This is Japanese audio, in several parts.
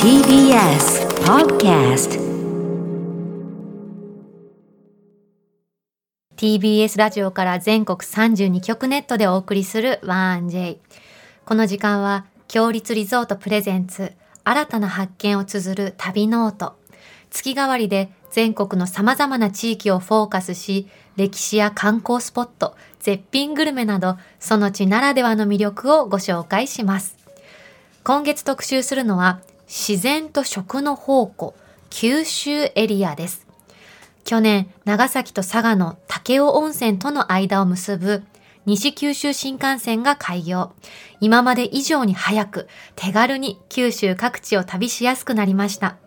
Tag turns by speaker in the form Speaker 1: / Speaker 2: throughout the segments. Speaker 1: TBS Podcast
Speaker 2: TBS ラジオから全国32局ネットでお送りする 1J この時間は強立リゾートプレゼンツ新たな発見を綴る旅ノート月替わりで全国の様々な地域をフォーカスし歴史や観光スポット絶品グルメなどその地ならではの魅力をご紹介します今月特集するのは自然と食の宝庫九州エリアです去年、長崎と佐賀の武雄温泉との間を結ぶ西九州新幹線が開業。今まで以上に早く、手軽に九州各地を旅しやすくなりました。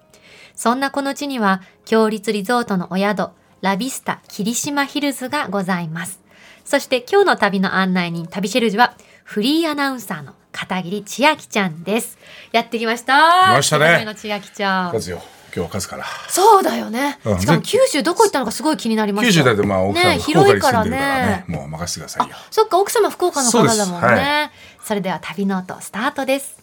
Speaker 2: そんなこの地には、強立リゾートのお宿、ラビスタ霧島ヒルズがございます。そして今日の旅の案内人、旅シェルジュは、フリーアナウンサーの片桐千秋ちゃんです。やってきました。来
Speaker 3: 来ましたね
Speaker 2: の千秋ちゃん。
Speaker 3: 勝つよ今日は勝つから
Speaker 2: そうだよね
Speaker 3: う。ん
Speaker 2: しかも九州どこ行ったのかすごい気になりました。
Speaker 3: 九州だってまあ奥さん
Speaker 2: ね
Speaker 3: も福岡に住んで
Speaker 2: 広
Speaker 3: る
Speaker 2: い
Speaker 3: からね
Speaker 2: ね。
Speaker 3: もう任せてくださいよ
Speaker 2: そっか奥様福岡の方だもんね。そ,、
Speaker 3: そうですは
Speaker 2: れでは旅ノートスタートです。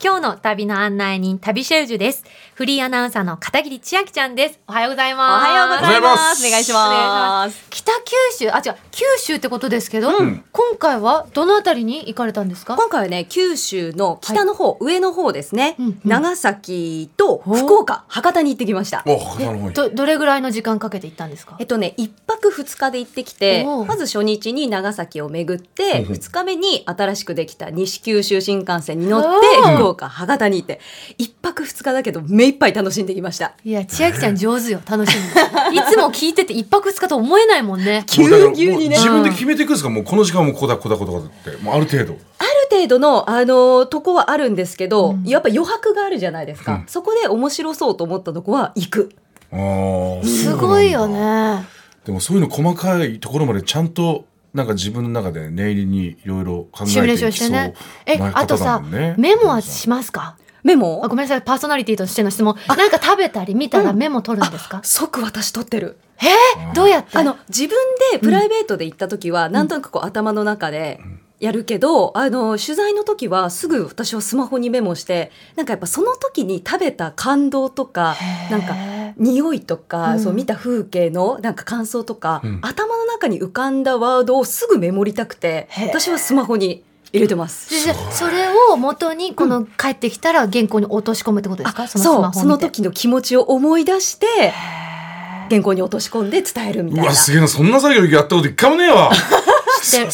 Speaker 2: 今日の旅の案内人旅シェルジュです。フリーアナウンサーの片桐千秋ちゃんです。おはようござい
Speaker 4: お
Speaker 2: ます。
Speaker 4: はようございます。お願
Speaker 3: おはようございま
Speaker 4: い
Speaker 3: す
Speaker 4: します。
Speaker 2: 北九州あ違う九州ってことですけど、今回はどのあたりに行かれたんですか。
Speaker 4: 今回はね、九州の北の方、上の方ですね、
Speaker 2: うんうん
Speaker 4: 長崎と福岡、博多に行ってきました。
Speaker 3: お博多の方に
Speaker 2: どどれぐらいの時間かけて行ったんですか
Speaker 4: え。っとね、一泊二日で行ってきて
Speaker 2: おう、
Speaker 4: まず初日に長崎を巡って、
Speaker 3: うんうん
Speaker 4: 二日目に新しくできた西九州新幹線に乗って
Speaker 2: おう、
Speaker 4: 福岡、博多に行って、一泊二日だけど、目いっぱい楽しんできました。
Speaker 2: いや千秋ちゃん上手よ楽しみ。いつも聞いてて一泊二日と思えないもんね。
Speaker 4: ぎゅうぎゅう
Speaker 3: もう
Speaker 4: にね
Speaker 3: 自分で決めていくんですかもうこの時間はもうここだここだここだってもうある程度
Speaker 4: ある程度の、あのとこはあるんですけど、
Speaker 2: うん
Speaker 4: やっぱ余白があるじゃないですか。
Speaker 3: うん
Speaker 4: そこで面白そうと思ったとこは行く。
Speaker 3: あー
Speaker 2: すごいよね。
Speaker 3: でもそういうの細かいところまでちゃんとなんか自分の中で念入りにいろいろ考え
Speaker 2: シミュレ
Speaker 3: て
Speaker 2: ー
Speaker 3: い
Speaker 2: ションして
Speaker 3: きそう
Speaker 2: ね。え、
Speaker 3: な
Speaker 2: あと
Speaker 3: 方だ
Speaker 2: さ
Speaker 3: もんね、
Speaker 2: メモはしますか
Speaker 4: メモ
Speaker 2: あごめんなさい、パーソナリティとしての質問。なんか食べたり見たらメモ取るんですか、
Speaker 4: 即私取ってる。
Speaker 3: あー
Speaker 2: どうやって
Speaker 4: あの、自分でプライベートで行った時は、なんとなくこう頭の中でやるけど、あの、取材の時はすぐ私はスマホにメモして、なんかやっぱその時に食べた感動とか、なんか、
Speaker 2: へ
Speaker 4: 匂いとか、
Speaker 2: うん
Speaker 4: そう見た風景のなんか感想とか、
Speaker 3: うん
Speaker 4: 頭の中に浮かんだワードをすぐメモりたくて
Speaker 2: へー
Speaker 4: 私はスマホに入れてま
Speaker 2: ー
Speaker 4: す。
Speaker 2: でじゃあそれを元に、この帰ってきたら原稿に落とし込むってことですか
Speaker 4: あ
Speaker 2: そのスマ
Speaker 4: そう
Speaker 2: ホ見て
Speaker 4: その。時の気持ちを思い出して原稿に落とし込んで伝えるみ
Speaker 3: う
Speaker 4: たいな
Speaker 3: わすげえなそんな作業やったこと一回もねえ わ
Speaker 2: 知ってる。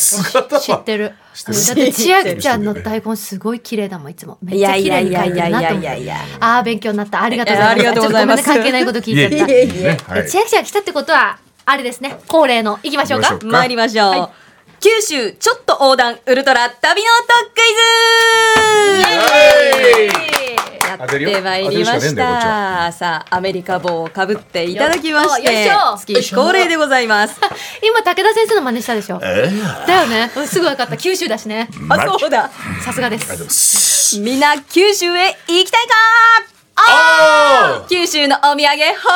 Speaker 2: 知ってる。
Speaker 3: 知って
Speaker 2: だ
Speaker 3: る
Speaker 2: って千秋ちゃんの
Speaker 3: 知ってる
Speaker 2: 大根すごい綺麗だもん、いつも。めっ
Speaker 4: い
Speaker 2: ちゃ
Speaker 4: やい
Speaker 2: 綺
Speaker 4: や
Speaker 2: 麗
Speaker 4: い
Speaker 2: に
Speaker 4: や
Speaker 2: 描い
Speaker 4: い
Speaker 2: て
Speaker 4: やい
Speaker 2: るなと
Speaker 4: や
Speaker 2: 思っ
Speaker 4: い
Speaker 2: て
Speaker 4: や。いや
Speaker 2: ああ、勉強になった。ありがとうご
Speaker 4: いや
Speaker 2: ざ
Speaker 4: あり
Speaker 2: います。
Speaker 4: がとうございます
Speaker 2: ちょっごめんね関係ないこと聞いちゃった。
Speaker 4: いえいえ
Speaker 3: ねはい
Speaker 2: 千秋ちゃんが来たってことは、あれですね、恒例の、行きましょうか
Speaker 3: 行きましょ。
Speaker 4: 参りましょう、
Speaker 2: はい
Speaker 4: 九州ちょっと横断ウルトラ旅の音クイズ
Speaker 3: はい
Speaker 4: や
Speaker 3: 当
Speaker 4: って
Speaker 3: るよ
Speaker 4: てまいりま
Speaker 3: 当てるしかねえん
Speaker 4: し
Speaker 3: だよこっちは
Speaker 4: たさあアメリカ帽をかぶっていただきまし
Speaker 2: よ
Speaker 4: て
Speaker 2: いしょ
Speaker 4: 月恒例でございます
Speaker 2: 今、武田先生の真似したでしょ。
Speaker 3: え
Speaker 2: だよね。うんすぐ分かった。九州だしね。
Speaker 3: マジ
Speaker 4: あそうだ
Speaker 2: さすがです。
Speaker 3: ーでもす
Speaker 4: みんな九州へ行きたいか
Speaker 3: あー
Speaker 4: 九州のお土産欲しいか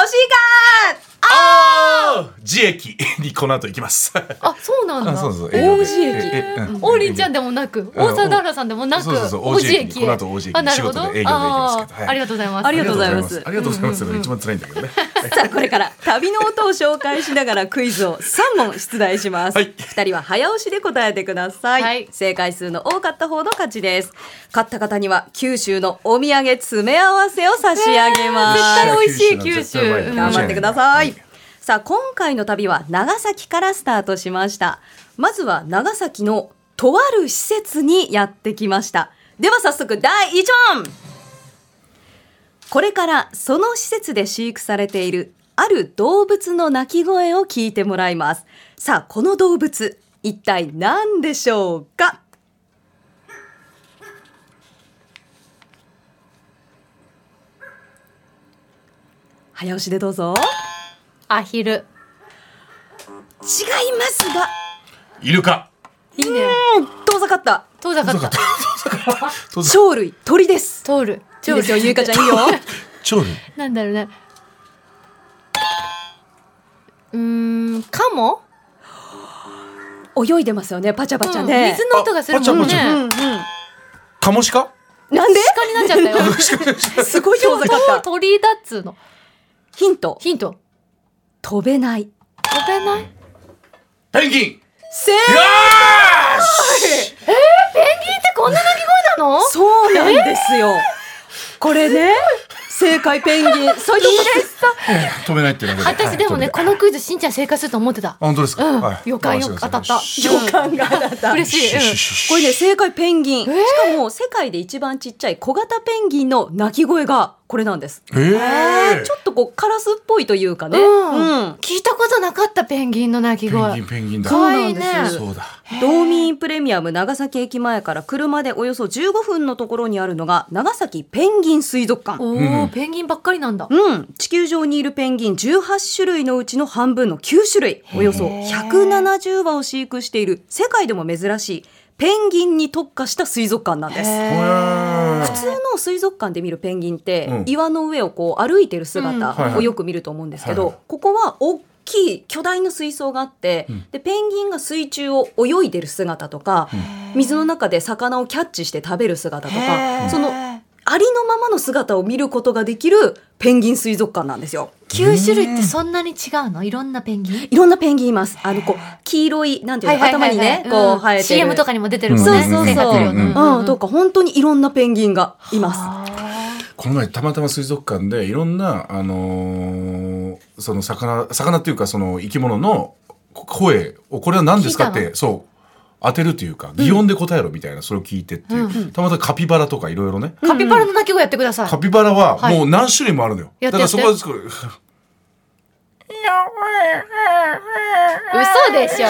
Speaker 3: あー自駅にこの後行きます
Speaker 2: あ、そうなんだ。
Speaker 3: あそうそう
Speaker 2: 王子
Speaker 3: ええ
Speaker 2: 駅。
Speaker 3: ええうん
Speaker 2: 王林ちゃんでもなく、
Speaker 3: うん
Speaker 2: 大沢ダーラさんでもなく、
Speaker 3: そうそうそう王子駅この後王子駅
Speaker 2: あ、なるほど。
Speaker 3: 仕事で営業で行き
Speaker 2: あ
Speaker 3: ますけどは
Speaker 2: ー
Speaker 3: い
Speaker 2: ありがとうございます。
Speaker 4: ありがとうございます
Speaker 3: ありがとうございます。が一番辛いんだけどね。
Speaker 4: さあこれから旅の音を紹介しながらクイズを3問出題します、
Speaker 3: は
Speaker 4: 二
Speaker 3: い
Speaker 4: 2人は早押しで答えてください、
Speaker 2: はい
Speaker 4: 正解数の多かった方の勝ちです勝った方には九州のお土産詰め合わせを差し上げます、
Speaker 2: 絶対美味しい九州うん
Speaker 4: 頑張ってください。さあ今回の旅は長崎からスタートしましたまずは長崎のとある施設にやってきましたでは早速第1問これからその施設で飼育されているある動物の鳴き声を聞いてもらいますさあこの動物一体何でしょうか早押しでどうぞ
Speaker 2: アヒル。
Speaker 4: 違いますが
Speaker 3: イルカ。
Speaker 2: いいね。
Speaker 4: うん遠ざかった
Speaker 2: 遠ざかった。
Speaker 3: 当然。
Speaker 4: 鳥類鳥です
Speaker 2: 通る。
Speaker 4: いいですよゆいかちゃんいいよ
Speaker 3: 鳥類。
Speaker 2: なんだろうね。うーん、カモ
Speaker 4: 泳いでますよねパチャパチャね、
Speaker 2: うん水の音がするもん
Speaker 3: あパチャパチ
Speaker 2: ね。
Speaker 3: カモシカ？
Speaker 4: なんで
Speaker 2: 鹿になっちゃった よ。
Speaker 4: すごい遠ざかった。
Speaker 2: 鳥だっつうの。
Speaker 4: ヒント。
Speaker 2: ヒント。
Speaker 4: 飛べない。
Speaker 2: 飛べない
Speaker 3: ペンギン
Speaker 4: 正
Speaker 3: よ
Speaker 4: 解
Speaker 3: ーし
Speaker 2: ペンギンってこんな鳴き声なの
Speaker 4: そうなんですよ。これね、正解ペン ギン。最初
Speaker 3: 止めないっていうだけで。は
Speaker 2: 私
Speaker 3: い
Speaker 2: でもね、このクイズしんちゃん正解すると思ってた
Speaker 3: あ。本当ですか。
Speaker 2: うん
Speaker 3: はい
Speaker 2: 予感よ当
Speaker 3: 任せてく
Speaker 2: た
Speaker 3: だ
Speaker 2: っ
Speaker 3: さ
Speaker 2: た。
Speaker 3: い
Speaker 2: 予
Speaker 4: 感が当たった
Speaker 2: 嬉しい。うん
Speaker 4: これね、正解ペンギン。しかも、世界で一番ちっちゃい小型ペンギンの鳴き声がこれなんです。
Speaker 3: ええ。
Speaker 4: ちょっとこう、カラスっぽいというかね。
Speaker 2: うん
Speaker 4: うん
Speaker 2: 聞いたことなかったペンギンの鳴き
Speaker 3: ペン
Speaker 2: 声
Speaker 3: ギン。ペンギンだ。
Speaker 2: かわいいね
Speaker 4: そうなんです
Speaker 3: そうだ。
Speaker 4: 道民プレミアム長崎駅前から車でおよそ15分のところにあるのが長崎ペンギン水族館。
Speaker 2: お
Speaker 3: う
Speaker 2: ー、
Speaker 3: ん
Speaker 2: ペンギンばっかりなんだ。
Speaker 4: うん、地球上にいるペンギン18種類のうちの半分の9種類およそ170羽を飼育している世界でも珍しいペンギンに特化した水族館なんです。
Speaker 2: へ
Speaker 3: ー
Speaker 4: 普通の水族館で見るペンギンって、
Speaker 3: うん
Speaker 4: 岩の上をこう歩いてる
Speaker 3: うん
Speaker 4: 姿をよく見ると思うんですけど、
Speaker 3: はいはい
Speaker 4: ここは大きい巨大な水槽があって、
Speaker 3: ん
Speaker 4: でペンギンが水中を泳いでる姿とか、水の中で魚をキャッチして食べる姿と
Speaker 2: へ
Speaker 4: か
Speaker 2: ー
Speaker 4: そのありのままの姿を見ることができるペンギン水族館なんですよ。
Speaker 2: 九種類ってそんなに違うのいろんなペンギン
Speaker 4: いろんなペンギンいます。あのこう黄色いなんていうの、頭にね、こう生えてる
Speaker 2: CM とかにも出てるもん
Speaker 4: そう
Speaker 2: ね。
Speaker 4: そう
Speaker 2: 生
Speaker 4: そ
Speaker 2: 活
Speaker 4: う、
Speaker 2: 量
Speaker 4: うん
Speaker 2: の
Speaker 4: とか本当にいろんなペンギンがいます。
Speaker 3: この前たまたま水族館でいろんなあのーその魚魚っていうかその生き物のこ声をこれは何ですか
Speaker 2: 聞
Speaker 3: っ
Speaker 2: い
Speaker 3: てそう当てるというか擬音で答えろみたいなそれを聞いてっていうたまたまカピバラとかいろいろね。
Speaker 2: カピバラの鳴き声やってください。
Speaker 3: カピバラは
Speaker 2: はい
Speaker 3: もう何種類もあるのよ。
Speaker 2: や
Speaker 3: だ
Speaker 2: って
Speaker 3: からそこはこ れ
Speaker 2: 嘘でしょ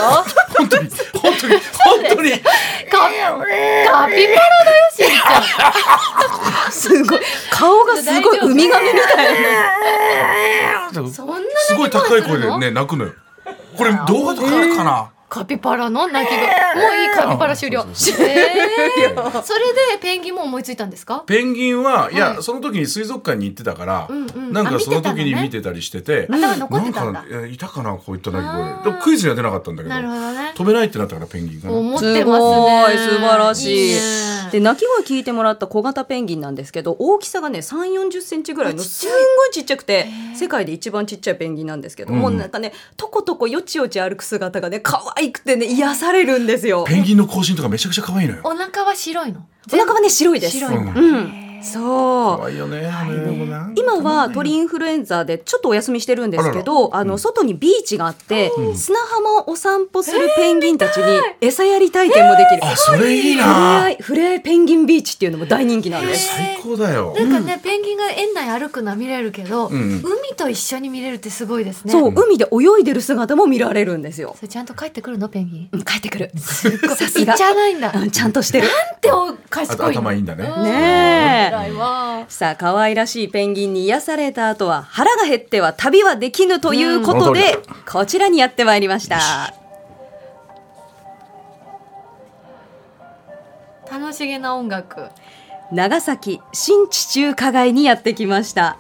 Speaker 3: 本当に本当に本当に
Speaker 2: カカピバラだよ、しんちゃん。
Speaker 4: す ごい顔がすごいウミガメみたいな。
Speaker 2: そんな鳴き声
Speaker 3: すごい高い
Speaker 2: す
Speaker 3: 声
Speaker 2: るの
Speaker 3: でね泣くのよ。これ動画とかあるかな。
Speaker 2: カピバラの鳴き声。もういいカピバラ終了。え
Speaker 3: あ
Speaker 2: ー
Speaker 3: そ
Speaker 2: それでペンギンも思いついたんですか
Speaker 3: ペンギンはいやその時に水族館に行ってたから
Speaker 2: うんうん
Speaker 3: なん
Speaker 2: あ見て
Speaker 3: かそ
Speaker 2: たの
Speaker 3: の
Speaker 2: ね
Speaker 3: 時に見てたりしてて
Speaker 2: 頭残っ
Speaker 3: な
Speaker 2: て
Speaker 3: ん
Speaker 2: たんだ
Speaker 3: か。いやいたかなこういった
Speaker 2: あ
Speaker 3: 鳴
Speaker 2: ー
Speaker 3: き声でクイズには出なかったんだけ
Speaker 2: なるほ
Speaker 3: ど
Speaker 2: どね。
Speaker 3: 飛べないってなったからペンギンがね
Speaker 2: 思ってますね。
Speaker 4: すごい素晴らしい。
Speaker 2: ね
Speaker 4: で鳴き声聞いてもらった小型ペンギンなんですけど大きさがね3 4 0センチぐらいの
Speaker 2: あちっ
Speaker 4: す
Speaker 2: ち
Speaker 4: ん
Speaker 2: ゃい
Speaker 4: ごいちっちゃくて世界で一番ちっちゃいペンギンなんですけど、
Speaker 3: うん
Speaker 4: もうなんかねとことこよちよち歩く姿がね可愛くてね癒されるんですよ。
Speaker 3: ペンギンの行進とかめちゃくちゃ可愛いのよ。
Speaker 2: お腹は白いの。
Speaker 4: お腹はね白いです。
Speaker 2: 白いんだ
Speaker 3: う
Speaker 4: うん、そう
Speaker 3: 可愛いよね。あれもなんか
Speaker 4: 今は鳥インフルエンザでちょっとお休みしてるんですけど、あの外にビーチがあって、砂浜をお散歩するペンギンたちに餌やり体験もできる。
Speaker 3: あそれいい
Speaker 4: ふれあ。
Speaker 3: ない
Speaker 4: ふれあいペンギンビーチっていうのも大人気なんです。
Speaker 3: 最高だよ。
Speaker 2: なんかね、ペンギンが園内歩くのは見れるけど、
Speaker 3: んうん
Speaker 2: 海と一緒に見れるってすごいですね。
Speaker 4: そう、海で泳いでる姿も見られるんですよ
Speaker 2: そ。れちゃんと帰ってくるのペンギン。
Speaker 4: うん帰ってくる。さす
Speaker 2: 行
Speaker 4: が
Speaker 2: っち。ゃわないんだ。な
Speaker 4: うんんちゃんとしてる。
Speaker 2: てお賢
Speaker 3: あ
Speaker 2: い
Speaker 3: と
Speaker 2: の。
Speaker 3: 頭いいんだね。
Speaker 4: ねえ。
Speaker 2: 偉いわ
Speaker 4: さあ、可愛らしいペンギンに癒された後は、腹が減っては旅はできぬということで、
Speaker 3: うん
Speaker 4: こちらにやってまいりました。
Speaker 2: 楽しげな音楽。
Speaker 4: 長崎新地中華街にやってきました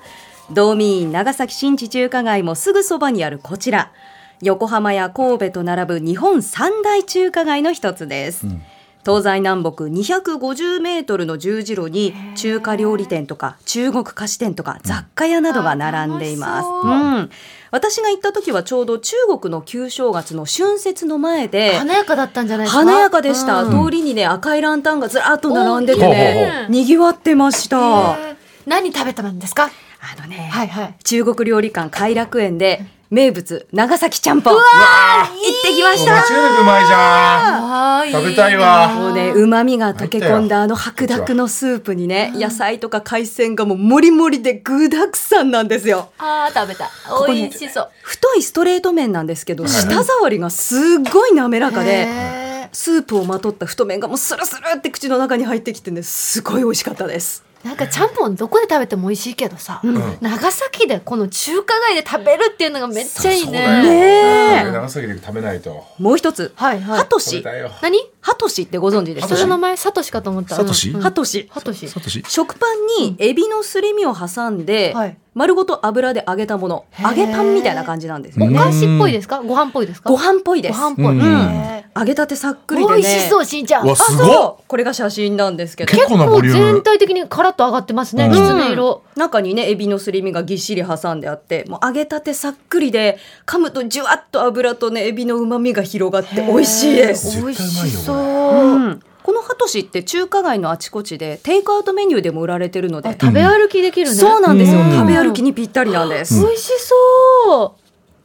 Speaker 4: 道民院長崎新地中華街もすぐそばにあるこちら横浜や神戸と並ぶ日本三大中華街の一つです、東西南北250メートルの十字路に中華料理店とか中国菓子店とか雑貨屋などが並んでいます。
Speaker 2: あ
Speaker 4: うん、私が行った時はちょうど中国の旧正月の春節の前で、
Speaker 2: 華やかだったんじゃないですか。
Speaker 4: 華やかでした、
Speaker 2: うん
Speaker 4: 通りにね赤いランタンがずらっと並んでてね
Speaker 2: おー
Speaker 4: にぎわってました、
Speaker 2: へー何食べたんですか。
Speaker 4: あのね、
Speaker 2: はいはい。
Speaker 4: 中国料理館偕楽園で名物長崎ちゃんぽん行ってきまし
Speaker 3: 間
Speaker 4: た
Speaker 3: 違いなくうまいじゃん。
Speaker 2: あー
Speaker 3: 食べたいわ
Speaker 2: な
Speaker 4: もうねうまみが溶け込んだあの白
Speaker 3: 入ったよ
Speaker 4: 濁のスープにね野菜とか海鮮がもうもりもりで具だくさんなんですよ
Speaker 2: あー食べた
Speaker 4: ここ
Speaker 2: 美
Speaker 4: ね
Speaker 2: 味しそう
Speaker 4: 太いストレート麺なんですけど
Speaker 3: はい
Speaker 4: 舌触りがすっごい滑らかで
Speaker 2: へ
Speaker 4: スープをまとった太麺がもうスルスルって口の中に入ってきてねすごい美味しかったです
Speaker 2: ーなんかちゃんぽんどこで食べても美味しいけどさ、
Speaker 3: ん
Speaker 2: 長崎でこの中華街で食べるっていうのがめっちゃいい
Speaker 3: そう
Speaker 2: ね
Speaker 3: だよ
Speaker 4: ねえ
Speaker 3: 長崎で食べないと。
Speaker 4: もう一つ
Speaker 2: はいはい
Speaker 4: ハト
Speaker 3: 食べ
Speaker 4: シ
Speaker 3: たいよ。
Speaker 2: 何
Speaker 4: ハトシってご存知です
Speaker 3: ハト
Speaker 2: 人
Speaker 3: シ
Speaker 4: か
Speaker 2: の名前サトシかと思った
Speaker 3: サトシ
Speaker 2: うんうん
Speaker 4: ハトシ
Speaker 2: ハトシ
Speaker 3: サトシ。
Speaker 4: 食パンにエビのすり身を挟んで、
Speaker 2: はい
Speaker 4: 丸ごと油で揚げたもの
Speaker 2: へー
Speaker 4: 揚げパンみたいな感じなんです
Speaker 3: う
Speaker 2: お
Speaker 3: ん
Speaker 2: 菓子っぽいですかご飯っぽいですか
Speaker 4: ご飯っぽいです
Speaker 2: ご飯っぽい。
Speaker 3: うん
Speaker 2: へ
Speaker 4: 揚げたてさっく
Speaker 2: ー
Speaker 4: りで
Speaker 2: 美
Speaker 4: ね
Speaker 2: 味しそう、しんちゃん。
Speaker 3: うわ
Speaker 4: あ
Speaker 3: すごっ
Speaker 4: そうこれが写真なんですけど
Speaker 3: 結構なボリューム
Speaker 2: 全体的にカラッと上がってますね、
Speaker 3: うん
Speaker 2: きつね色。
Speaker 4: 中にねエビのすり身がぎっしり挟んであってもう揚げたてさっくりで噛むとじゅわっと油とねエビのうまみが広がって美味しいです、
Speaker 3: 絶対うまいよ
Speaker 2: 美味しそう
Speaker 3: こ。
Speaker 4: うん、このハトシって中華街のあちこちでテイクアウトメニューでも売られてるの
Speaker 2: あ
Speaker 4: で
Speaker 2: 食べ歩きできるね。
Speaker 4: そうなんですよ、
Speaker 3: うん
Speaker 4: 食べ歩きにぴったりなんです、
Speaker 2: 美味しそう。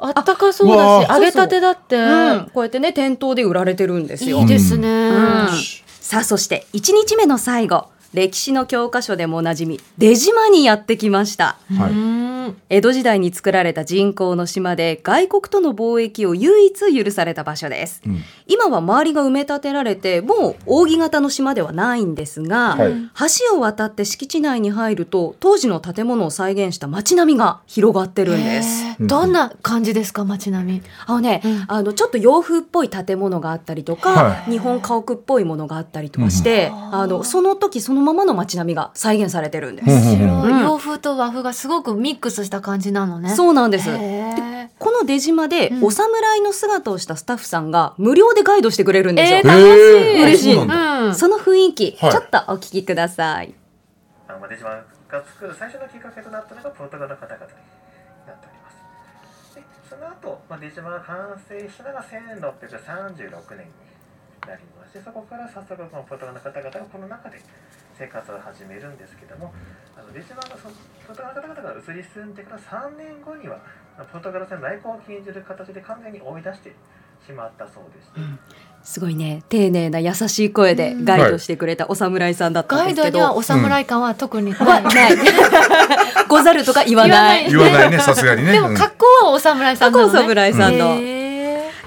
Speaker 2: あったかそう
Speaker 3: あう
Speaker 2: だし、
Speaker 3: わ
Speaker 2: 揚げたてだって。
Speaker 4: うん、こうやってね店頭で売られてるんですよ
Speaker 2: いいですね。
Speaker 4: うんさあそして1日目の最後歴史の教科書でもおなじみ出島にやってきました
Speaker 3: は
Speaker 2: う
Speaker 3: い
Speaker 2: ん
Speaker 4: 江戸時代に作られた人工の島で外国との貿易を唯一許された場所です、
Speaker 3: うん
Speaker 4: 今は周りが埋め立てられてもう扇形の島ではないんですが、
Speaker 3: はい
Speaker 4: 橋を渡って敷地内に入ると当時の建物を再現した街並みが広がってるんです。
Speaker 2: へーどんな感じですか、街並み。
Speaker 4: あのね、
Speaker 2: うん
Speaker 4: あのちょっと洋風っぽい建物があったりとか、
Speaker 3: は
Speaker 4: 日本家屋っぽいものがあったりとかして、あのその時そのままの街並みが再現されてるんです。
Speaker 3: うん
Speaker 2: 面白
Speaker 4: うん
Speaker 2: い洋風と和風がすごくミックスした感じなのね。う
Speaker 4: そうなんです。
Speaker 2: え
Speaker 4: この出島で
Speaker 2: うん
Speaker 4: お侍の姿をしたスタッフさんが無料でガイドしてくれるんですよ。
Speaker 2: ー楽し
Speaker 3: えー
Speaker 2: い。
Speaker 4: 嬉しい
Speaker 3: そうなんだ
Speaker 2: うん
Speaker 4: その雰囲気、
Speaker 3: はい
Speaker 4: ちょっとお聞きください。
Speaker 5: あの出島が作る最初のきっかけとなったのがポルトガルの方々になっておりますでその後、まあ、出島が完成したのが1636年になりましてそこから早速このポルトガルの方々がこの中で生活を始めるんですけどもあの出島がそポルトガルの方々が移り住んでから3年後にはポルトガル戦来航を禁じる形で完全に追い出してしまったそうです、
Speaker 4: すごいね、丁寧な優しい声で
Speaker 2: うん
Speaker 4: ガイドしてくれたお侍さんだったん
Speaker 2: ガ
Speaker 4: で
Speaker 2: イ
Speaker 4: す
Speaker 2: ド
Speaker 4: け
Speaker 2: には
Speaker 4: ど、
Speaker 2: お侍感は特にな。
Speaker 4: はいない。 ござるとか言わない。
Speaker 3: 言わないねさすがにね
Speaker 2: でも
Speaker 3: うん
Speaker 2: 格好はお侍さんなのね。
Speaker 4: 過去お侍さんの
Speaker 2: へ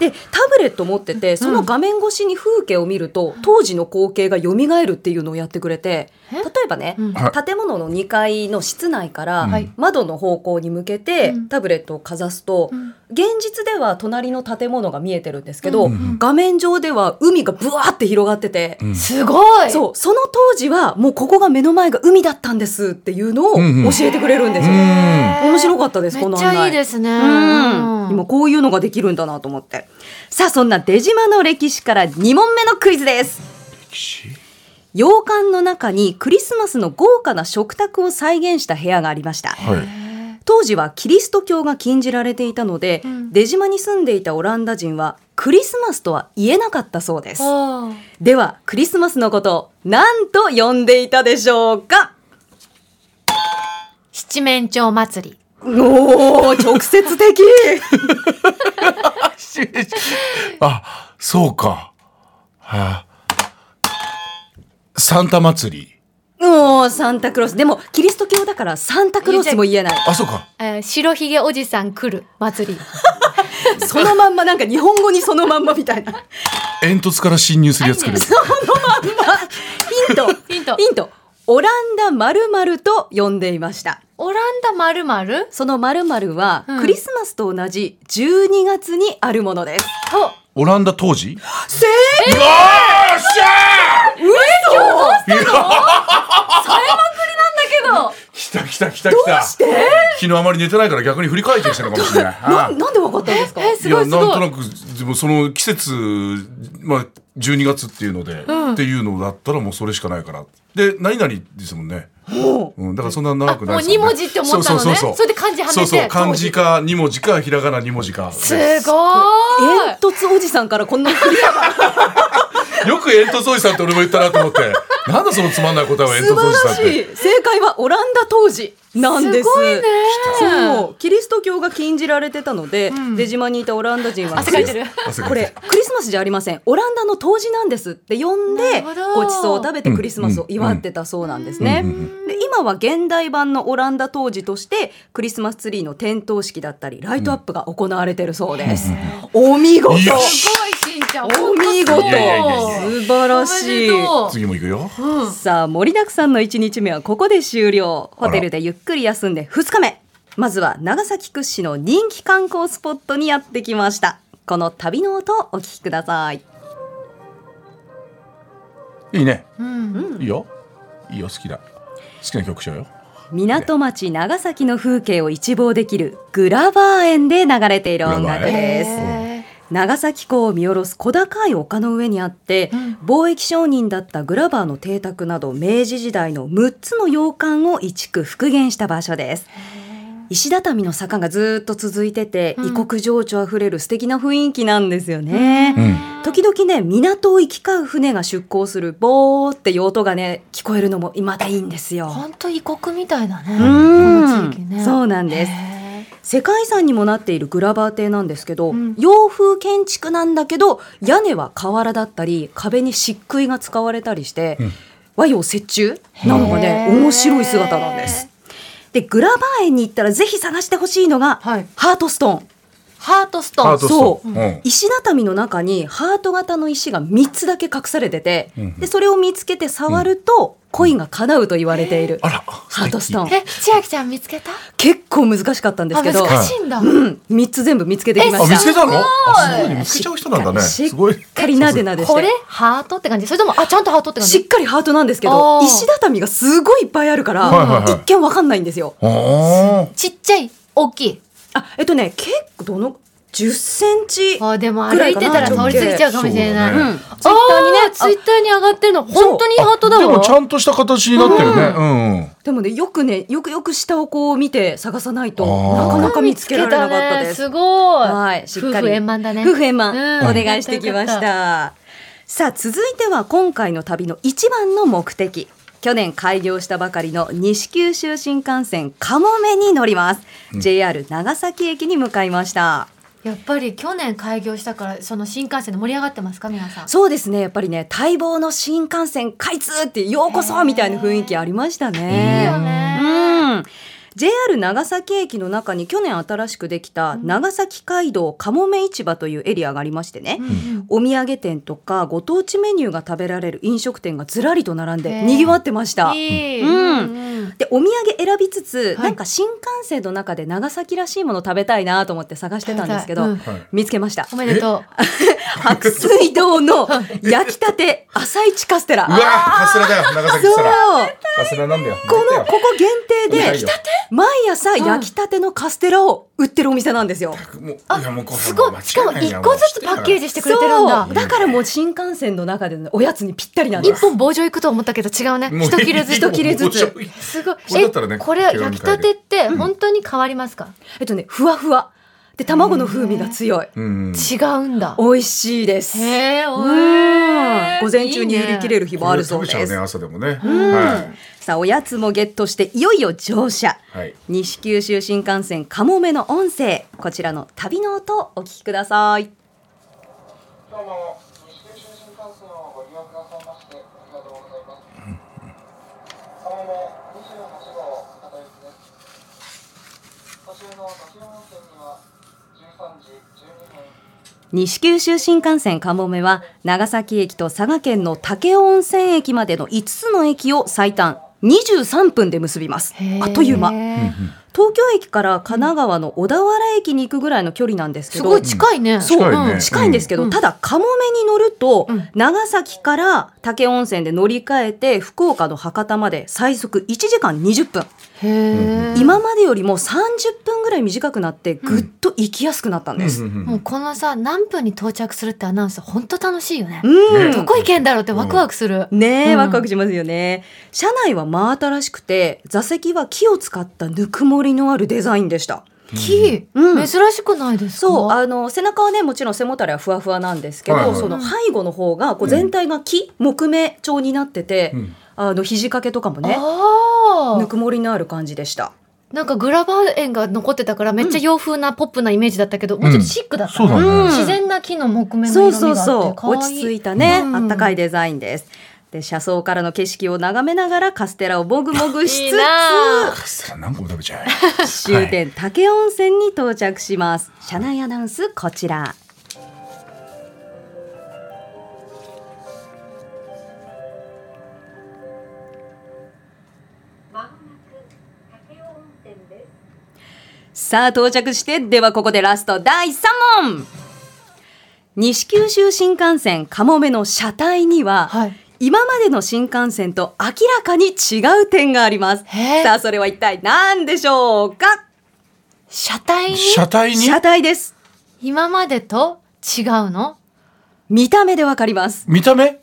Speaker 4: で、タブレット持ってて、その画面越しに風景を見ると、当時の光景が蘇るっていうのをやってくれて、
Speaker 2: え
Speaker 4: 例えばね、
Speaker 2: うん
Speaker 3: は
Speaker 4: 建物の2階の室内から
Speaker 3: はい
Speaker 4: 窓の方向に向けて
Speaker 2: うん
Speaker 4: タブレットをかざすと、
Speaker 2: うん
Speaker 4: 現実では隣の建物が見えてるんですけど、
Speaker 2: うん
Speaker 3: うん
Speaker 4: 画面上では海がブワーって広がってて、
Speaker 3: うん
Speaker 2: ーすごい。
Speaker 4: そう、その当時はもうここが目の前が海だったんですっていうのを
Speaker 3: うんうん
Speaker 4: 教えてくれるんですよ。
Speaker 3: うん
Speaker 4: 面白かったです、こ
Speaker 2: めっ
Speaker 4: の
Speaker 2: ち
Speaker 4: 案内。
Speaker 2: ゃいいですね。
Speaker 4: うん、今こういうのができるんだなと思って。さあ、そんな出島の歴史から2問目のクイズです。洋館の中にクリスマスの豪華な食卓を再現した部屋がありました。
Speaker 3: はい
Speaker 4: 当時はキリスト教が禁じられていたので、
Speaker 2: うん
Speaker 4: 出島に住んでいたオランダ人はクリスマスとは言えなかったそうです。
Speaker 2: はあ
Speaker 4: では、クリスマスのことを何と呼んでいたでしょうか
Speaker 2: 七面鳥祭り。
Speaker 4: おー、直接的
Speaker 3: あそうかはあサンタ祭り
Speaker 4: もうサンタクロース。でも、キリスト教だからサンタクロースも言えない。
Speaker 3: あそうか
Speaker 2: えー白ひげおじさん来る祭り。
Speaker 4: そのまんま、なんか日本語にそのまんまみたいな。
Speaker 3: 煙突から侵入するやつ来る
Speaker 4: ヒント。
Speaker 2: ヒント
Speaker 4: ヒント。オランダ〇〇と呼んでいました。
Speaker 2: オランダまるまる。
Speaker 4: その〇〇は、
Speaker 2: うん
Speaker 4: クリスマスと同じ12月にあるものです。
Speaker 3: オランダ当時
Speaker 4: 正
Speaker 3: よっしゃー
Speaker 4: 嘘ど
Speaker 3: 来た来た来た来た
Speaker 4: うして
Speaker 3: 昨日あまり寝てないから逆に振り返ってきたのかもしれない
Speaker 4: な
Speaker 3: ああ
Speaker 4: なんでわかったんですか
Speaker 2: えすごいすごい
Speaker 3: やなんとなくでもその季節まあ12月っていうので、っていうのだったらもうそれしかないからで何々ですもんね、
Speaker 4: もう
Speaker 3: うん、だからそんな長くないです
Speaker 2: あもう二文字って思ったのね
Speaker 3: そうそうそうう
Speaker 2: それで漢字はめて
Speaker 3: そうそう漢字か二文字かひらがな二文字か
Speaker 2: すご
Speaker 3: ね
Speaker 2: ー
Speaker 4: 煙突おじさんからこんな振り幅
Speaker 3: よく煙突おじさんって俺も言ったなと 思ってなんだそのつまんない答えは煙
Speaker 4: 素
Speaker 3: 突お
Speaker 4: 晴
Speaker 3: じさん
Speaker 4: ら
Speaker 3: っ
Speaker 4: しい
Speaker 3: て
Speaker 4: 正解はオランダ当時なんです
Speaker 2: すごいね
Speaker 4: そうキリスト教が禁じられてたので、
Speaker 2: ん
Speaker 4: 出島にいたオランダ人は
Speaker 2: 汗かいてる
Speaker 3: 汗かい
Speaker 4: こ
Speaker 3: てる
Speaker 4: れクリスマスじゃありませんオランダの冬至なんですって呼ん
Speaker 2: な
Speaker 4: で
Speaker 2: るほど
Speaker 4: ごちそうを食べてクリスマスを祝ってたそうなんですね、
Speaker 3: うんう
Speaker 4: で今は現代版のオランダ冬至としてクリスマスツリーの点灯式だったりライトアップが行われてるそうです、お見事
Speaker 3: よし
Speaker 2: すごいしんちゃん。
Speaker 4: お見事
Speaker 3: いやいやいや
Speaker 4: 素晴らしい
Speaker 2: おめでと
Speaker 3: 次も行くよ
Speaker 2: う
Speaker 4: さあ盛りだくさんの1日目はここで終了ホテルでゆっくり休んで2日目まずは長崎屈指の人気観光スポットにやってきましたこの旅の音をお聞きください
Speaker 3: いいね
Speaker 2: うん。
Speaker 3: いいよいいよ好きだ好きな曲しようよ
Speaker 4: 港町長崎の風景を一望できるグラバー園で流れている音楽です。
Speaker 2: へー
Speaker 4: 長崎港を見下ろす小高い丘の上にあって、貿易商人だったグラバーの邸宅など明治時代の6つの洋館を移築復元した場所です石畳の坂がずーっと続いてて、異国情緒あふれる素敵な雰囲気なんですよね、時々ね港を行き交う船が出港するボーっていう音がね聞こえるのもまたいいんですよ
Speaker 2: ほんと異国みたいだね。こ
Speaker 4: う
Speaker 2: の地域ね。
Speaker 4: んそうなんです
Speaker 2: へー
Speaker 4: 世界遺産にもなっているグラバー邸なんですけど、
Speaker 2: ん
Speaker 4: 洋風建築なんだけど屋根は瓦だったり壁に漆喰が使われたりして、和洋折衷なのがね
Speaker 2: へー
Speaker 4: 面白い姿なんです。でグラバー園に行ったらぜひ探してほしいのが、
Speaker 2: はい
Speaker 4: ハートストーン。
Speaker 2: ハートストー
Speaker 3: ハー
Speaker 2: ン。
Speaker 3: トス
Speaker 4: そ
Speaker 3: ト
Speaker 4: う、
Speaker 3: ーンうん
Speaker 4: 石畳の中にハート型の石が3つだけ隠されてて、
Speaker 3: ん
Speaker 4: でそれを見つけて触ると恋が叶うと言われている、
Speaker 3: あら
Speaker 4: ハートストーン
Speaker 2: え、千秋ちゃん見つけた
Speaker 4: 結構難しかったんです
Speaker 2: あ、
Speaker 4: けど、
Speaker 2: 難しいんだ。
Speaker 4: うん、3つ全部見つけてきま
Speaker 3: あ
Speaker 4: し
Speaker 3: 見
Speaker 4: た
Speaker 3: つけたのあすごいね見つけちゃう人なんだね
Speaker 4: しっ
Speaker 3: すごい
Speaker 4: しっかりなでなでして
Speaker 2: これハートって感じそれとも、あ、ちゃんとハートって感
Speaker 4: しっ
Speaker 2: じ
Speaker 4: かりハートなんですけ
Speaker 2: あ
Speaker 4: ど
Speaker 2: ー
Speaker 4: 石畳がすごいいっぱいあるから、
Speaker 3: はいはいはい
Speaker 4: 一見わかんないんですよ
Speaker 3: あ
Speaker 2: ちっちゃい、大きい。
Speaker 4: あえっとね結構どの10センチ
Speaker 6: あでも
Speaker 4: ぐら
Speaker 6: 歩
Speaker 4: い
Speaker 6: い
Speaker 4: か
Speaker 6: て
Speaker 4: な
Speaker 6: たら通り過ぎちゃう
Speaker 3: ー
Speaker 6: かもしれない。
Speaker 3: そうだ
Speaker 4: う
Speaker 3: ね
Speaker 4: ん
Speaker 2: あツイッターにね、ツイッターに上がってるの、本当にハートだ
Speaker 3: でもちゃ
Speaker 2: わ。
Speaker 3: んとした形になってるねうんうん
Speaker 4: でもねよくねよくよく下をこう見て探さないと
Speaker 3: あー
Speaker 4: なかなか見つけられなかった
Speaker 2: ね
Speaker 4: です
Speaker 2: すごい。
Speaker 4: はいしっかり
Speaker 2: 夫婦円満だね。
Speaker 4: 夫婦円満、
Speaker 2: うん
Speaker 4: お願いしてきまし
Speaker 2: よかったよ
Speaker 4: たさあ続いては今回の旅の一番の目的去年開業したばかりの西九州新幹線かもめに乗ります、JR 長崎駅に向かいました
Speaker 2: やっぱり去年開業したから、その新幹線で盛り上がってますか、皆さん。
Speaker 4: そうですねやっぱりね待望の新幹線開通ってようこそみたいな雰囲気ありましたね
Speaker 2: いいよね。
Speaker 4: うん JR 長崎駅の中に去年新しくできた長崎街道かもめ市場というエリアがありましてね、お土産店とかご当地メニューが食べられる飲食店がずらりと並んで
Speaker 2: へー
Speaker 4: にぎわってました。
Speaker 2: いい。
Speaker 4: うん
Speaker 2: うん
Speaker 4: でお土産選びつつ、
Speaker 2: はい
Speaker 4: なんか新幹線の中で長崎らしいもの食べたいなと思って探してたんですけど、
Speaker 2: 食べ
Speaker 3: はい
Speaker 4: 見つけました
Speaker 2: おめでとう。
Speaker 4: 白水堂 の焼きたて朝市カステラ
Speaker 3: うわカステラだよ長崎カス
Speaker 4: そ
Speaker 3: テ
Speaker 4: う
Speaker 3: ラカステラなんだよ
Speaker 4: このここ限定で
Speaker 3: 焼きた
Speaker 4: 毎朝焼きたてのカステラを売ってるお店なんですよ、
Speaker 3: もういやもうこれ
Speaker 2: すごい。しかも
Speaker 3: 間違いない
Speaker 2: 一
Speaker 3: な
Speaker 2: 個ずつパッケージしてくれてるんだ
Speaker 4: そう。だからもう新幹線の中でのおやつにぴったりなんで
Speaker 2: 一
Speaker 4: す
Speaker 2: 本棒状いくと思ったけど違うね。
Speaker 3: もう
Speaker 2: 一切れず
Speaker 4: 一切れずつ
Speaker 3: もう面白い
Speaker 2: すごい。
Speaker 3: これだったらね
Speaker 2: えこれ
Speaker 3: 手軽
Speaker 2: 焼
Speaker 3: に
Speaker 2: き
Speaker 3: 買え
Speaker 2: た
Speaker 3: る
Speaker 2: てって本当に変わりますか、
Speaker 4: えっとねふわふわで卵の風味が強い
Speaker 3: うん
Speaker 2: 違うんだ。
Speaker 4: 美味しいです
Speaker 2: へえ、
Speaker 4: うん
Speaker 2: おい
Speaker 4: 午前中に売り切れ
Speaker 2: る。
Speaker 4: る日もあるそう
Speaker 3: これ
Speaker 4: で
Speaker 3: 食べちゃ
Speaker 4: す
Speaker 3: うね朝でもね
Speaker 4: うん
Speaker 3: は
Speaker 4: さあおやつもゲットしていよいよ乗車
Speaker 3: いはい
Speaker 4: 西九州新幹線かもめの音声こちらの旅の音をお聞きください
Speaker 7: どうも、西九州新幹線をご利用くださいまして、ありがとうございます。かもめ28号片行きです。途中の滝野温泉には、13時12分。
Speaker 4: 西九州新幹線かもめは長崎駅と佐賀県の武雄温泉駅までの5つの駅を最短23分で結びます
Speaker 2: へー
Speaker 4: あっという間東京駅から神奈川の小田原駅に行くぐらいの距離なんですけ
Speaker 2: す
Speaker 4: ど
Speaker 2: ごい近いね。
Speaker 4: そう
Speaker 3: 近いね
Speaker 4: うん近いんですけど、
Speaker 2: うん
Speaker 4: ただかもめに乗ると、
Speaker 2: うん
Speaker 4: 長崎から武雄温泉で乗り換えて福岡の博多まで最速1時間20分、
Speaker 2: へえ。
Speaker 4: 今までよりも30分ぐらい短くなってぐっと行きやすくなったんです、
Speaker 3: うんうんうん
Speaker 2: もうこのさ、何分に到着するってアナウンス、本当楽しいよね。
Speaker 4: うん
Speaker 2: どこ行けんだろうってワクワクする。
Speaker 4: ねえ、
Speaker 2: うん
Speaker 4: ワクワクしますよね。車内は真新しくて、座席は木を使ったぬくもりのあるデザインでした。
Speaker 2: 木、
Speaker 4: うん
Speaker 2: 珍しくないですか
Speaker 4: そう、あの、背中はね、もちろん背もたれはふわふわなんですけど、
Speaker 3: はいはい
Speaker 4: その背後の方が、こう全体が木、木目調になってて、
Speaker 3: ん
Speaker 4: あの、肘掛けとかもね、
Speaker 2: あ
Speaker 4: ぬ
Speaker 2: ー
Speaker 4: くもりのある感じでした。
Speaker 2: なんかグラバー園が残ってたからめっちゃ洋風なポップなイメージだったけど、もうちょっとシックだった、
Speaker 3: そうだね
Speaker 4: ん
Speaker 2: 自然な木の木目の
Speaker 4: そ
Speaker 2: 色
Speaker 4: う
Speaker 2: 味が
Speaker 4: そ
Speaker 2: あ
Speaker 4: う
Speaker 2: って
Speaker 4: そう、落ち着いたね、
Speaker 2: うん
Speaker 4: あったかいデザインです。で、車窓からの景色を眺めながらカステラをもぐもぐしつつ、
Speaker 2: いいなあ
Speaker 3: カステラ何個も食べちゃう
Speaker 4: 終点武雄温泉に到着します車内アナウンスこちらさあ到着してではここでラスト第3問西九州新幹線かもめの車体には、
Speaker 2: はい
Speaker 4: 今までの新幹線と明らかに違う点があります
Speaker 2: へえ
Speaker 4: さあそれは一体何でしょうか
Speaker 2: 車体に
Speaker 3: 車体に
Speaker 4: 車体です
Speaker 2: 今までと違うの
Speaker 4: 見た目でわかります
Speaker 3: 見た目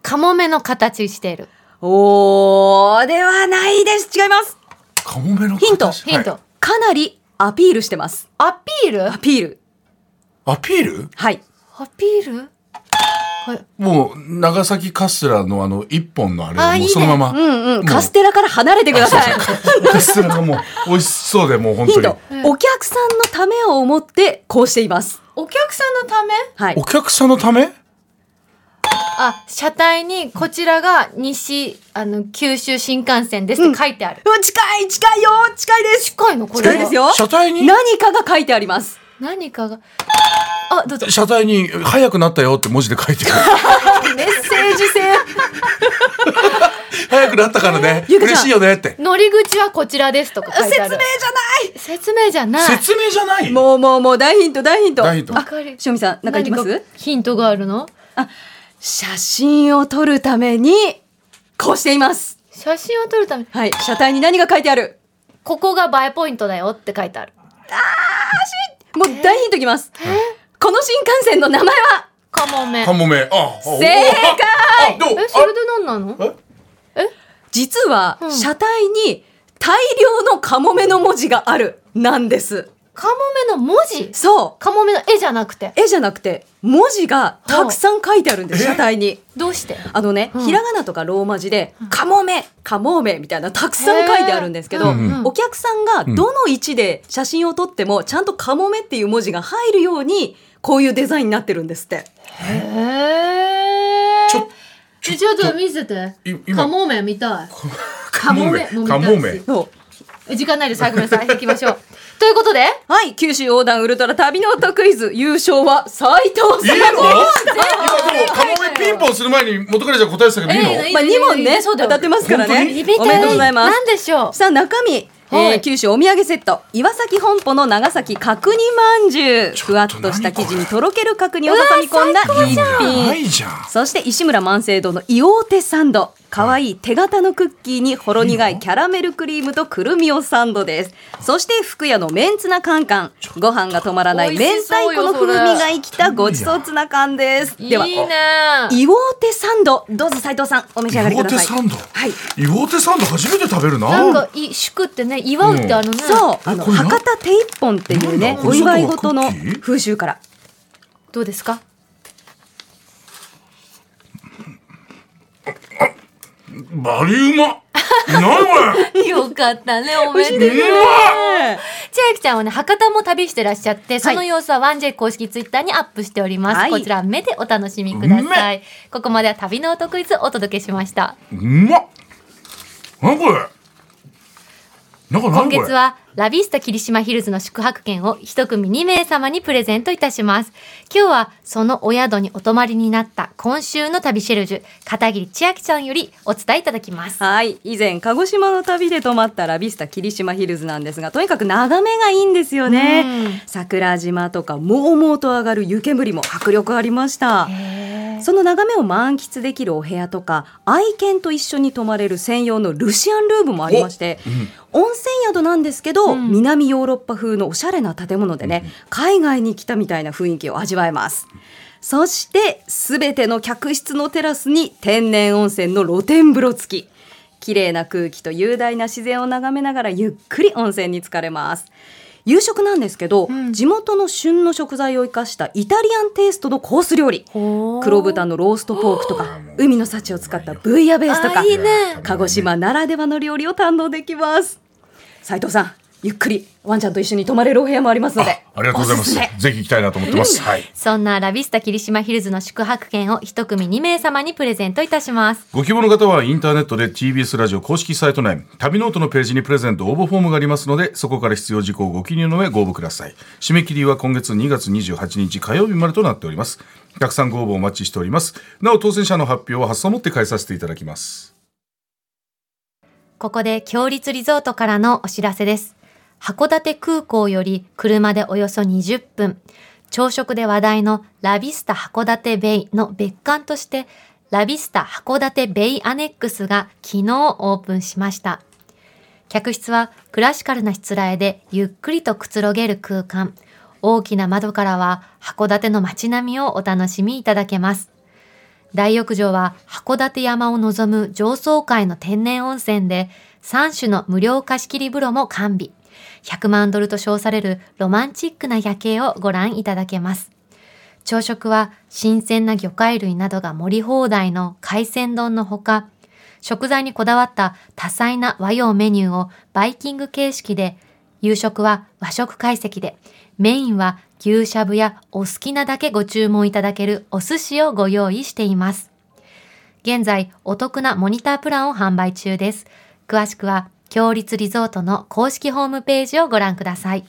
Speaker 2: カモメの形してる。
Speaker 4: おーではないです違います
Speaker 3: カモメの形
Speaker 4: ヒント
Speaker 2: ヒント。
Speaker 3: はい
Speaker 4: かなりアピールしてます
Speaker 2: アピール
Speaker 4: アピール
Speaker 3: アピール
Speaker 4: はい
Speaker 2: アピール
Speaker 3: もう長崎カステラのあの一本のあれを
Speaker 2: あ
Speaker 3: も
Speaker 2: いうい
Speaker 3: そのまま
Speaker 4: うんうん
Speaker 3: もう
Speaker 4: カステラから離れてください
Speaker 3: カステラがもう美味しそうでもう本
Speaker 4: ヒ
Speaker 3: 当
Speaker 4: ン
Speaker 3: に
Speaker 4: ト、お客さんのためを思ってこうしています
Speaker 2: お客さんのため
Speaker 4: はい
Speaker 3: お客さんのため
Speaker 2: あ、車体にこちらが西、あの、九州新幹線ですって書いてある。
Speaker 4: うわ近い近いよ近いです
Speaker 2: 近いのこれは
Speaker 4: 近いですよ
Speaker 3: 車体に
Speaker 4: 何かが書いてあります
Speaker 2: 何かが。あ、どうぞ。
Speaker 3: 車体に「早くなったよ」って文字で書いて あ
Speaker 4: メッセージ性
Speaker 3: る早くなったからね
Speaker 4: ゆうかちゃん
Speaker 3: 嬉しいよねって
Speaker 2: 乗り口はこちらですとか書い
Speaker 4: 説
Speaker 2: て
Speaker 4: 明じ
Speaker 2: あ
Speaker 4: ゃ
Speaker 2: る
Speaker 4: な。
Speaker 2: 説明じゃない。
Speaker 3: 説明じゃない
Speaker 4: いもうもうもう大ヒント大ヒント
Speaker 3: 大ヒント
Speaker 2: わかる
Speaker 4: しおみさんなんかいきます
Speaker 2: 何かヒントがあるの
Speaker 4: 写真を撮るためにこうしています
Speaker 2: 写真を撮るため、
Speaker 4: はい車体に何が書いてある
Speaker 2: ここが映えポイントだよって書いてある。
Speaker 4: もう大ヒントいきますこの新幹線の名前は
Speaker 2: カモメ。
Speaker 3: カモメあ
Speaker 4: 正
Speaker 3: 正解どう
Speaker 2: え、それで何なの
Speaker 3: あえ
Speaker 4: 実は
Speaker 2: ん
Speaker 4: 車体に大量のカモメの文字があるなんです
Speaker 2: カモメの文字
Speaker 4: そ
Speaker 2: カモメの絵じゃなくて。
Speaker 4: う絵じゃなくて文字がたくさん書いてあるんです
Speaker 3: え
Speaker 4: 車体に
Speaker 2: どうして
Speaker 4: あのね、ひらがなとかローマ字で、カモメ、カモメみたいな、たくさん書いてあるんですけど、
Speaker 2: へーうんうん
Speaker 4: お客さんがどの位置で写真を撮っても、ちゃんとカモメっていう文字が入るように、こういうデザインになってるんですって。
Speaker 2: へえ。
Speaker 3: ちょ
Speaker 2: えちょっと見せて
Speaker 3: い。今
Speaker 2: カモメ見たい。
Speaker 3: カモメ
Speaker 2: カモメも見
Speaker 3: カ
Speaker 2: た
Speaker 3: モメ
Speaker 4: そう
Speaker 2: え時間ないです。はい、ごめんなさい。行きましょう。ということで、
Speaker 4: はい、九州横断ウルトラ旅の音クイズ、優勝は斉藤
Speaker 3: いい
Speaker 4: さ
Speaker 3: の
Speaker 4: ん。
Speaker 3: 今でもカモメピンポンする前に元彼ちゃん答えてたけどいい
Speaker 2: え
Speaker 3: の
Speaker 4: まあ、2問ね、
Speaker 2: そう
Speaker 4: 当
Speaker 2: だよ
Speaker 4: たってますからね。おめでとうございます。
Speaker 2: 何でしょう
Speaker 4: さあ、中身。
Speaker 2: は
Speaker 4: えー
Speaker 2: い
Speaker 4: 九州お土産セット岩崎本舗の長崎角煮まんじゅうふわっとした生地にとろける角煮を挟み込んだ一品
Speaker 3: ないじゃん
Speaker 4: そして石村万世堂の硫黄手サンド。可愛い手形のクッキーにほろ苦いキャラメルクリームとくるみをサンドです。そして福屋のメンツナカンカン。ご飯が止まらない
Speaker 2: 美味
Speaker 4: 明
Speaker 2: しそ
Speaker 4: 太子
Speaker 2: う
Speaker 4: の
Speaker 2: よ
Speaker 4: 風味が生きたごちそうツナ缶です。では、
Speaker 2: いい
Speaker 4: 硫
Speaker 2: ね
Speaker 4: 黄手サンド。どうぞ斉藤さん、お召し上がりく
Speaker 3: 岩
Speaker 4: だ
Speaker 3: 手
Speaker 4: さい。
Speaker 3: サンド
Speaker 4: はい。
Speaker 3: 岩手サンド初めて食べるな
Speaker 2: なんか、い、祝ってね、祝うってあのね、
Speaker 4: そう、あの、
Speaker 3: これな
Speaker 4: 博多手一本っていう
Speaker 3: なん
Speaker 4: ね
Speaker 3: だ、こ
Speaker 4: お
Speaker 3: れ
Speaker 4: 祝い事の
Speaker 3: クッキー
Speaker 4: 風習から。
Speaker 2: どうですか
Speaker 3: バリうま何これ
Speaker 2: よかっ たね、おめでとう。千秋ちゃんはね、博多も旅してらっしゃって、その様子は 1J 公式ツイッターにアップしております。
Speaker 4: はい
Speaker 2: こちら、目でお楽しみください。ここまでは旅のお得意ズお届けしました。
Speaker 3: うまっ何これなんか
Speaker 2: 今
Speaker 3: 何こ
Speaker 2: 月
Speaker 3: れ
Speaker 2: はラビスタ霧島ヒルズの宿泊券を一組2名様にプレゼントいたします今日はそのお宿にお泊まりになった今週の旅シェルジュ片桐千秋ちゃんよりお伝えいただきます
Speaker 4: はい以前鹿児島の旅で泊まったラビスタ霧島ヒルズなんですがとにかく眺めがいいんですよね桜島とかもうもうと上がる湯煙も迫力ありましたその眺めを満喫できるお部屋とか愛犬と一緒に泊まれる専用のルシアンルームもありまして、温泉宿なんですけど、南ヨーロッパ風のおしゃれな建物でね、海外に来たみたいな雰囲気を味わえます。そして、すべての客室のテラスに天然温泉の露天風呂付き。綺麗な空気と雄大な自然を眺めながらゆっくり温泉に浸かれます。夕食なんですけど、地元の旬の食材を生かしたイタリアンテイストのコース料理。黒豚のローストポークとか、海の幸を使ったブイヤベースとか、鹿児島ならではの料理を堪能できます。斉藤さん、ゆっくりワンちゃんと一緒に泊まれるお部屋もありますので。
Speaker 3: ありがとうございま
Speaker 4: お
Speaker 3: す
Speaker 4: すめ
Speaker 3: ぜひ行きたいなと思ってますはい
Speaker 2: そんなラビスタ霧島ヒルズの宿泊券を一組2名様にプレゼントいたします
Speaker 3: ご希望の方はインターネットで TBS ラジオ公式サイト内旅ノートのページにプレゼント応募フォームがありますのでそこから必要事項をご記入の上ご応募ください締め切りは今月2月28日火曜日までとなっておりますたくさんご応募お待ちしておりますなお当選者の発表は発送をもって返させていただきます
Speaker 6: ここで強立リゾートからのお知らせです。函館空港より車でおよそ20分、朝食で話題のラビスタ函館ベイの別館として、
Speaker 2: ラビスタ函館ベイアネックスが昨日オープンしました。客室はクラシカルなしつらえでゆっくりとくつろげる空間。大きな窓からは函館の街並みをお楽しみいただけます。大浴場は函館山を望む上層階の天然温泉で3種の無料貸切風呂も完備。100万ドルと称されるロマンチックな夜景をご覧いただけます。朝食は新鮮な魚介類などが盛り放題の海鮮丼のほか、食材にこだわった多彩な和洋メニューをバイキング形式で、夕食は和食懐石で、メインは牛しゃぶやお好きなだけご注文いただけるお寿司をご用意しています。現在、お得なモニタープランを販売中です。詳しくは、強立リゾートの公式ホームページをご覧ください。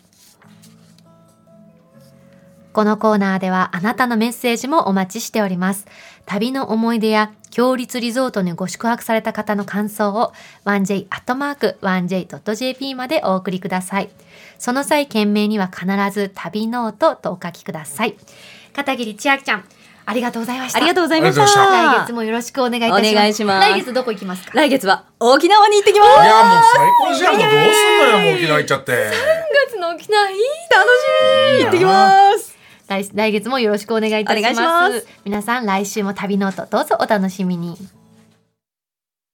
Speaker 2: このコーナーではあなたのメッセージもお待ちしております。旅の思い出や強立リゾートにご宿泊された方の感想を 1j.1j.jp までお送りください。その際、件名には必ず旅ノートとお書きください。片桐千秋ちゃん、ありがとうございました。
Speaker 4: ありがとうございました。
Speaker 2: 来月もよろしくお願いいたします。
Speaker 4: お願いします。
Speaker 2: 来月どこ行きますか
Speaker 4: 来月は沖縄に行ってきます。
Speaker 3: いや、もう最高じゃん。もうどうすんのよ、もう沖縄行っちゃって。3
Speaker 2: 月の沖縄いい
Speaker 4: 楽しい行ってきます。
Speaker 2: 来来月もよろしくお願いいたします。ます皆さん来週も旅ノートどうぞお楽しみに。